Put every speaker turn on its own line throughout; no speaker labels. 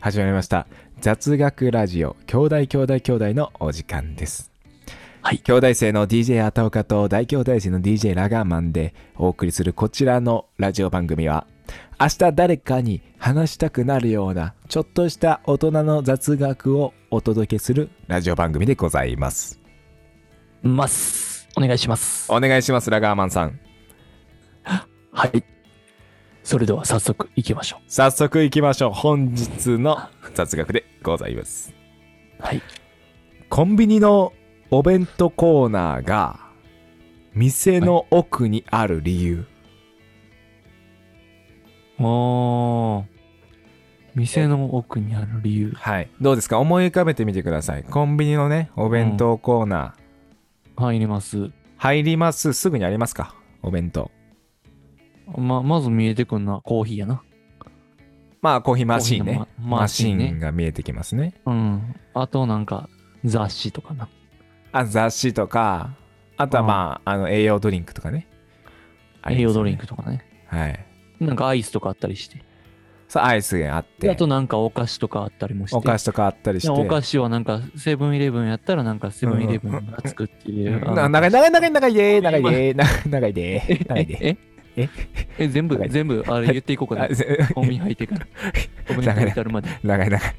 始まりました雑学ラジオ兄弟兄弟兄弟のお時間です
はい
兄弟生の DJ あたおかと大兄弟生の DJ ラガーマンでお送りするこちらのラジオ番組は明日誰かに話したくなるようなちょっとした大人の雑学をお届けするラジオ番組でございます
ます。お願いします。
お願いしますラガーマンさん
はい。それでは早速行きましょ
早速いきましょう本日の雑学でございます
う。はい。
コンビニのお弁当コーナーが店の奥にある理由、
おー。店の奥にある理由。
はい、どうですか思い浮かべてみてくださいコンビニのねお弁当コーナー、
入ります。
入りますすぐにありますかお弁当
ま、まず見えてくんのはコーヒーやな。
まあコーヒーマシーンね
コーヒーのマ
マ
マ
シ
シーンね
ーンが見えてきますね
うん。あとなんか雑誌とかな。
あ雑誌とかあとはまああの栄養ドリンクとかねあり
栄
ま
養
すよ
ド
ね
リンクとかね。
はい
なんかアイスとかあったりして。
さあアイスがあっ
で
て
あとなんかお菓子とかあったりもして。
お菓子とかあったりして
でお菓子はなんかセブンイレブンやったらなんかセブンイレブンがつくっていうう。
ん
あの
な長い長い長い長いでー長いでー長い長いでー長いでー
え
ええ
ええ全部
長い
全部あれ言っていこうかな
あ。ぜ
コンビニ入っ てから。コンビニ入ってるまで。
長い長 い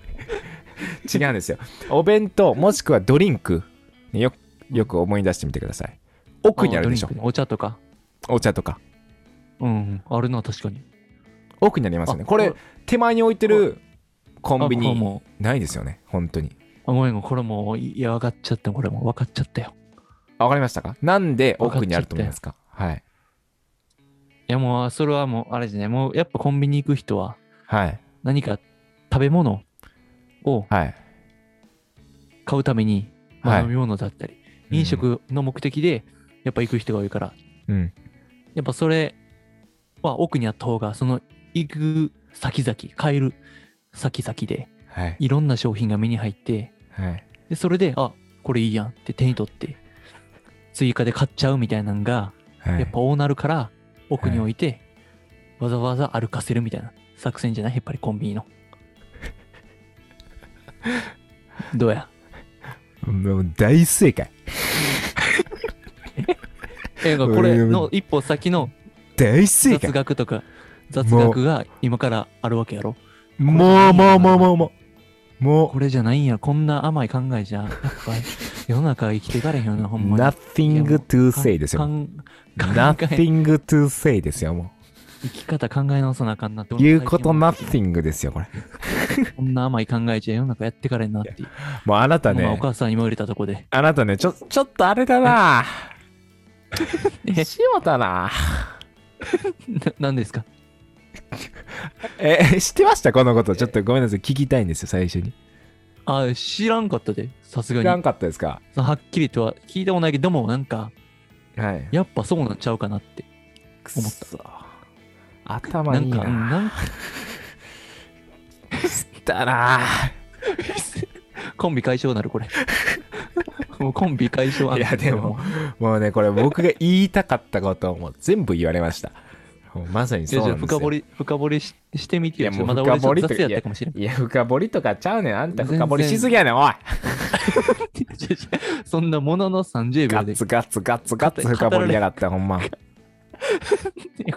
違うんですよお弁当もしくはドリンクよよく思い出してみてください奥にあるでしょ
ドリンクねお茶とか。
お茶とか
うん、あるな、確かに。
奥にありますよねこれ
あ、
手前に置いてるコンビ
あこれ
ニ
も
ないですよね本当に
あごめんごめん、これもう、いや、分かっちゃった、これも分かっちゃったよ。
あわかりましたかなんで奥にあると思いますかはい
いや、もう、それはもう、あれですね、もう、やっぱコンビニ行く人は、
はい
何か食べ物を
はい
買うために、まあ
はい
飲み物だったり、飲、食の目的で、やっぱ行く人が多いから、
うんうん
やっぱそれは奥にあった方が、その、行く先々、買える先々で、
はい
いろんな商品が目に入って、
はい
で、それで、あ、これいいやんって手に取って、追加で買っちゃうみたいなのが、
はい
やっぱ大なるから、奥に置いて、わざわざ歩かせるみたいな作戦じゃないやっぱりコンビニの。 どうや
もう大正解
え、これの一歩先の
大正
雑
解
学とか、雑学が今からあるわけやろ。
もうもうもうもうもうも
これじゃないんや、こんな甘い考えじゃ、やっぱ世の中生きていかれへんよな、ほ
うん
まに。
Nothing to say です
か
よ
ん考え
Nothing to say ですよもう
生き方考え直さなあかんなって俺
言うことナ
最
ッティングですよ、これ。
近こんな甘い考えじゃ世の中やってからになっていう。
もうあなた
まあお
ね、
母さんにも入れたとこで。
あなたね、ちょ、ちょっとあれだな
え
塩だな
な何ですか
え、知ってましたこのこと。ちょっとごめんなさい。聞きたいんですよ、最初に。
あ、知らんかったで、さすが
知
に
らん。かったですか
そのはっきりとは聞いたことないけども、なんか、
はい。。
やっぱそうなっちゃうかなって。思った
頭
ない
い
んか、うん
な。
なんか
知ったな
コンビ解消な るこれ。もうコンビ解消案
いやでももうね、これ僕が言いたかったことをもう全部言われました。もうまさに
い
そ
や
う
じ
な
ゃあ
んです
深掘
よ。
り、深掘りししてみてよ。
いやもう
まだ俺
深掘り
ち
と
ょ
か
っと雑やったかもしれない。
いや、深掘りとかちゃうねん。あんた
全然
深掘りしすぎやねん、おい。
そんなものの30
ガ
秒で
ッ。ツガッツガッツガッツ深掘りやがった、ほんま。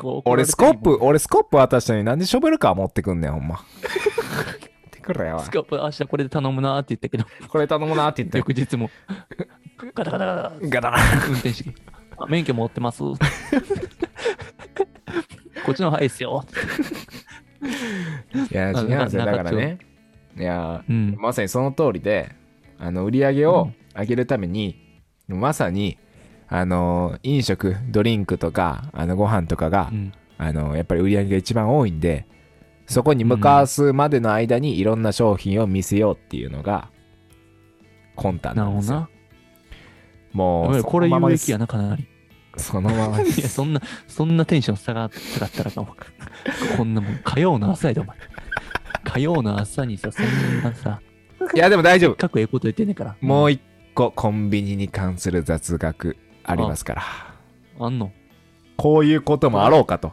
俺
俺
スコップ、俺スコップ渡したのになんでショベルカー持ってくんねん、ほん ま。持ってくれよ。
スコップ明日これで頼むなーって言ったけど、
これ頼むなって言って。
翌日も、ガタガタガ
ガタガ
タ、運転して、あ免許持ってます。 こっちの方が早いっすよ。
タい や、違うんですよ。だ
なん
か
から
ね。いや、
うん。
まさにその通りで、あの、売り上げを上げるために、まさに、あの、飲食、ドリンクとか、あの、ご飯とかが
う、ん
あの、やっぱり売り上げが一番多いんで、そこに向かわすまでの間にいろんな商品を見せようっていうのが、魂胆
な
な
る
ん
ほ
です
ど
よ。
な。
も
や
う、
ばいこ
そ
れ
のまま
有
です
益やな、かなり。
そのままで
いや、
す。
そんな、そんなテンション下が下がったらかも。こんなもん、火曜の朝やで、お前。火曜の朝にさ、そんなさ、
いや、でも大丈夫。
かっこええこと言ってんねんから。
もう
う、
一個コンビニに関する雑学ありますから。
あんの。
こういうこともあろうかと。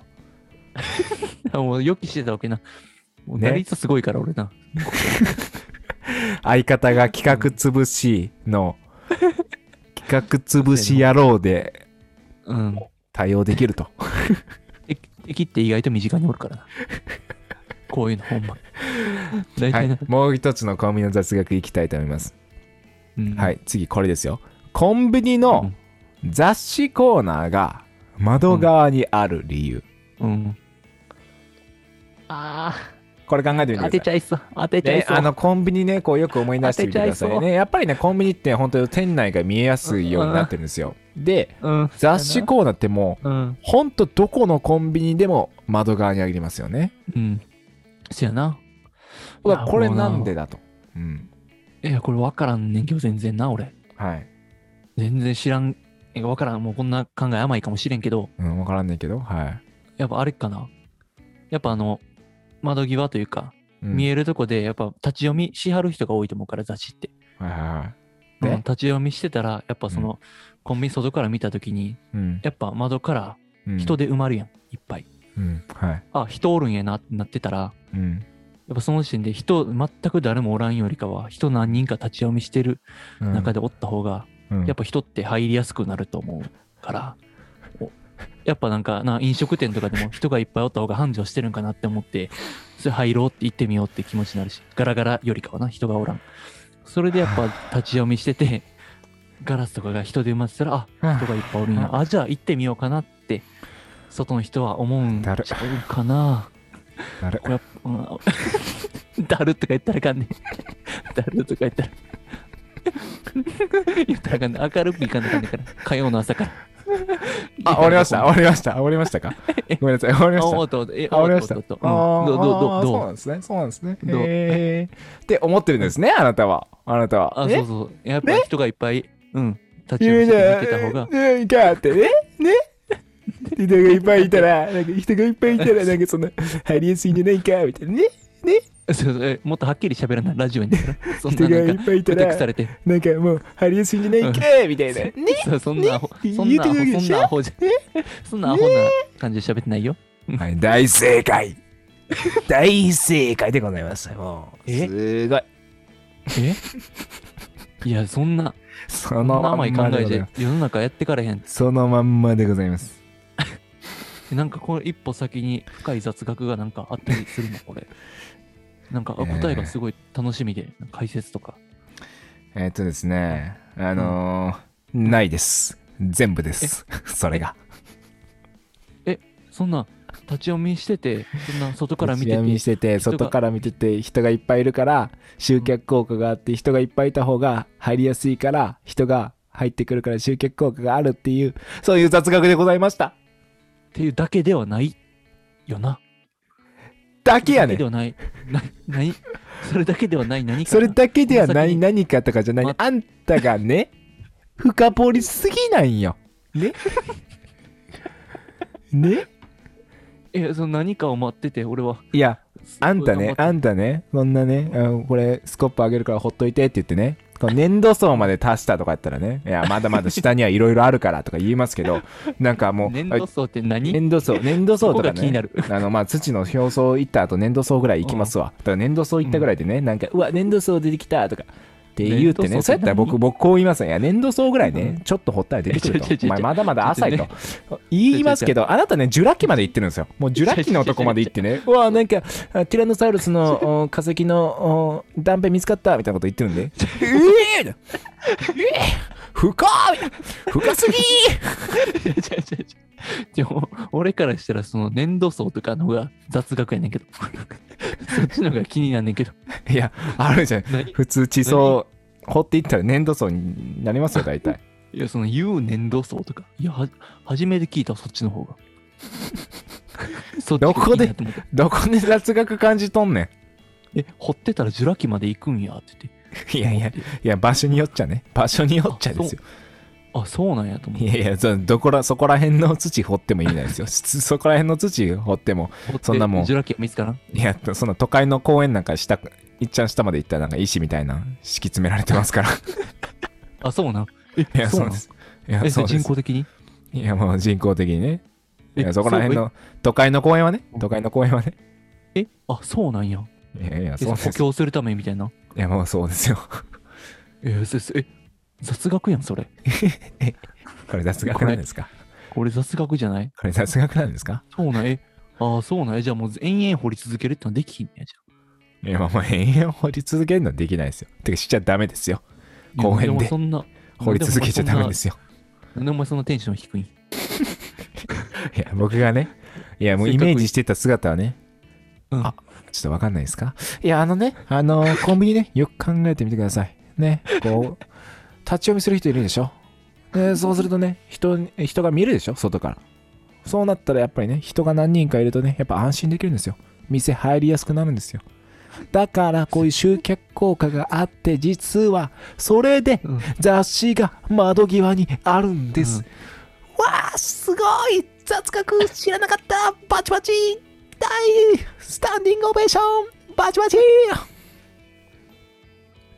あもう予期してたわけな。もう打率すごいから俺な。
相方が企画潰しの 企画潰し野郎で
うん。
対応できると
え敵って意外と身近におるからな。こういうのほんま。大
は
体な。
い、もう一つのコンビニの雑学いきたいと思います、
うん
はい次これですよコンビニの雑誌コーナーが窓側にある理由、
うん。あ
これ考えてみて
あ、当
く
て
だ
ち
さい
ゃいそう。当てちゃい
ね、
そう。
あのコンビニねこうよく思い出してみてくださ
当てちゃ
い
いそ
ねやっぱりねコンビニって本当に店内が見えやすいようになってるんですよで
うん、
雑誌コーナーってもう
うん。
ほんとどこのコンビニでも窓側にありますよね
うん。そやな。
うわ
なるほどな
これなんでだと、うん
いや、これ分からんねんけど、全然な、俺。
はい、
全然知らん。いや分からん。もうこんな考え甘いかもしれんけど、
うん、分からんねんけどはい、
やっぱあれかな。やっぱあの、窓際というか、見
え
えるとこで、やっぱ立ち読みしはる人が多いと思うから、雑誌って。
はいはいは
うん
で
立ち読みしてたら、やっぱその、コンビニ外から見たときに、
い、うん
やっぱ窓から
うん、
人で埋まるやん、いっぱい。
うんはい
あ、人おるんやなってなってたら、
うん
やっぱその時点で人、全く誰もおらんよりかは、人何人か立ち読みしてる
うん
中でおった方が、
うん
やっぱ人って入りやすくなると思うから、おやっぱなんかな飲食店とかでも人がいっぱいおった方が繁盛してるんかなって思って、それ入ろうって行ってみようって気持ちになるし、ガラガラよりかはな、人がおらん。それでやっぱ立ち読みしてて、ガラスとかが人で埋まってたら、あ、人がいっぱいおるんや。あ、じゃあ行ってみようかなって、外の人は思うんちゃうかな。
なる
これやっぱ、うん だるとか言ったらあかん ねだるとか言ったら。 言ったらあかんね明るくいかなあかんねんから。火曜の朝から。
あ終わりました終わりました終わりま したかごめんなさい終わりま
あ
し
お
た
っとおっとえ
あ終わりました
おっとおっと
あー
うんどうどうど
あ
う
ーそう
ど
なん
う
ですねそうなんですね
どう
へーって思ってるんですねあなたはあなたは
あ、
ね
そうそう。やっぱり人がいっぱい、うん。立ち
いる
寄
じゃん。
てた方が。
ねいかってね。ね人がいっぱいいたら、なんか人がいっぱいいた ら、なんかそんな、入りやすいんじゃないか、みたいなね。
そうそうえもっとはっきり喋らない。ラジオにだから。そん
人
な
がい
な
っ
んか、
ぱいいた
くてく
ら
さ、れて。
なんかもう、入りやすいんじゃないか、みたいな。ね
そうそんなアホ、
ね
そんなアホ、
言うてるわけで
そん
しょ
なアホじゃ、そんなアホな感じで喋ってないよ。
はい、大正解大正解でございます。もう、
え
すごい。
えいや、そんな、
そ
そん
の
な
まん
甘い考
まで
え
ござい
で
ます。
世の中やってからへん。
そのまんまでございます。
なんかこの一歩先に深い雑学がなんかあったりするの、これ。なんかあ
えー
答えがすごい楽しみで、解説とか。
えーっとですね、あのーないです。全部です。それが。
そんな立ち読みしてて、そんな外から見て
立ち読み
て
し、てて
人が
外から見てて人がいっぱいいるから集客効果があって人がいっぱいいた方が入りやすいから人が入ってくるから集客効果があるっていうそういう雑学でございました
っていうだけではないよな。
だけやね
だで
ん
はない。な、何それだけではない何かな。
それだけではな
この先
い
に
何かとかじゃない、
ま
あんたがね深掘りすぎなんよ ねね
いや、その何かを待ってて、俺は。
いやあんたね、
あ
あんたね、そんなね、あのこれ、スコップあげるからほっといてって言ってね、この粘土層まで達したとかやったらね、いや、まだまだ下にはいろいろあるからとか言いますけど、なんかもう、
粘土層って
あ
何
粘土層、粘土層
そこと
か
が気にな
ね、
る。
あの、まあ、土の表層行った後、粘土層ぐらい行きますわ。だから粘土層行ったぐらいでね、なんか、うわ、粘土層出てきたとか。って言うってね、
粘土層って何
そうやったら僕、僕こう言いますね。いや、粘土層ぐらいね
う、
ちょっとほったら出てくる
ちょちょ
と。
ちょ
お前、まだまだ浅いと。言いますけど、あなたね、ジュラ紀まで行ってるんですよ。もうジュラ紀のとこまで行って ね、うわ、なんか、あティラノサウルスのお化石のお断片見つかったみたいなこと言って るんで、ええみたいな。ええ深っみたいな深すぎー
いや違う違う違うでも俺からしたらその粘土層とかの方が雑学やねんけど そっちの方が気になんねんけど
いや、あるじゃん。
何い
普通、地層、掘っていったら粘土層になりますよ、大体。
やその言う粘土層とかいやは初めて聞いたそっちの方が
どこで
そっちがいいなと思って
どこに雑学感じとんね
え掘ってたらジュラ紀まで行くんやって言っ て
ん。いやいや、いや、場所によっちゃね。場所によっちゃですよ。
あそうなんやと思っ
い
て
やいや、そどこら、そこら辺の土掘ってもいいんですよ。 そこら辺の土掘っても、
掘って
そんなもん
ジュラ紀は見つからん
いや、そんな都会の公園なんか下、いっちゃん下まで行ったらなんか石みたいな敷き詰められてますから。い
あそうなんえ
や、 そうです。い
なん
や、
えそ
そう
れ
で
人
す。
工的に
いや、もう人工的にね。い
え
や、そこら辺
う
の都会の公園はね、都会の公園はね。
ええあそうなんや
いやいや
え
そうです
補強するためみたいない
やもうそうですよ
えせせえ雑学やんそれ
これ雑学なんですか
これ雑学じゃない
これ雑学なんですか
そうなんえああそうなんえじゃあもう延々掘り続けるってのはできひんねやじ
いやまあもう延々掘り続けるのはできないですよてかしちゃダメですよ
ゃあ
公園で
いやもそんな
掘り続けちゃダメですすよ
なんでお前そんなテンション低いん
いや僕がねいやもうイメージしてた姿はね
うん
あちょっとわかんないですかいや、あのね、あのー、コンビニね、よく考えてみてください。ね、こう、立ち読みする人いるでしょで、そうするとね、人に、人が見えるでしょ外から。そうなったらやっぱりね、人が何人かいるとね、やっぱ安心できるんですよ。店入りやすくなるんですよ。だから、こういう集客効果があって、実は、それで
うん
雑誌が窓際にあるんです。
うん
わあ、すごい雑学知らなかったバチバチ大スタンディングオベーションバチバチ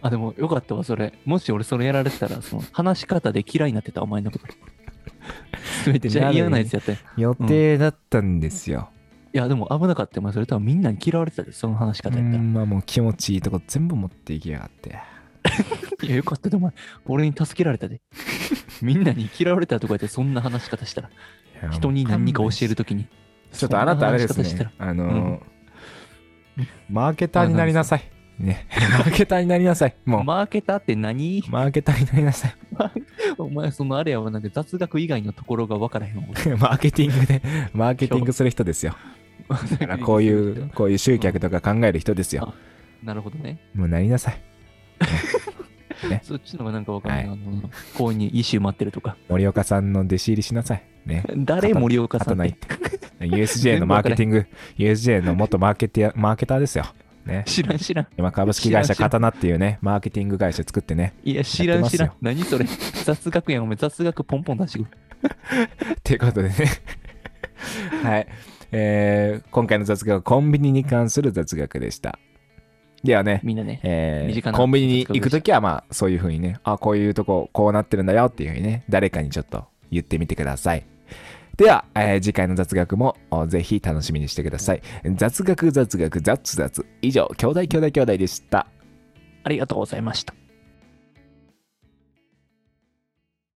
あでもよかったわそれもし俺それやられてたらその話し方で嫌いになってたお前のことめっちゃ嫌なやつやったよ
予定だったんですよ。
いやでも危なかったよお前それ多分みんなに嫌われてたでその話し
う
方やったら
ん、まあもう気持ちいいとこ全部持っていきやがって。
いや、よかったで、お前。俺に助けられたで。みんなに嫌われたとか言って、そんな話し方したら。人に何か教えるときに。
ちょっとあなたあれで
そんな話し
す
方したら
ね。あのー、マーケターになりなさい。ね。マーケターになりなさい。もう。
マーケターって何
マーケターになりなさい。
お前、そのあれやわ、なんか雑学以外のところが分からへんわ。
マーケティングで、マーケティングする人ですよ。だからこういう、こういう集客とか考える人ですよ。
なるほどね。
もうなりなさい。
そっちのがなんか分からへん。あのこうに一周待ってる とか。
森岡さんの弟子入りしなさい。 ね。
誰森岡さん
刀
っ。
いって USJ のマーケティング、USJ の元マーケティアマーケターですよ。ね。
知らん知らん。
今、株式会社
知らん知らん
刀っていうね、マーケティング会社作ってね。
いや、知らん知ら
や
ん
っ。
何それ。 雑学やん、お前。雑学ポンポン出してくる。
っていうことでね。 はい。えー今回の雑学はコンビニに関する雑学でした。ではね、
みんなね。
えー
身近な
コンビニに行くときは、まあ、そういうふうにね、あ、こういうとこ、こうなってるんだよっていうふうにね、誰かにちょっと言ってみてください。では、えー次回の雑学もおぜひ楽しみにしてください。雑学、雑学、雑雑。以上、兄弟、兄弟、兄弟でした。
ありがとうございました。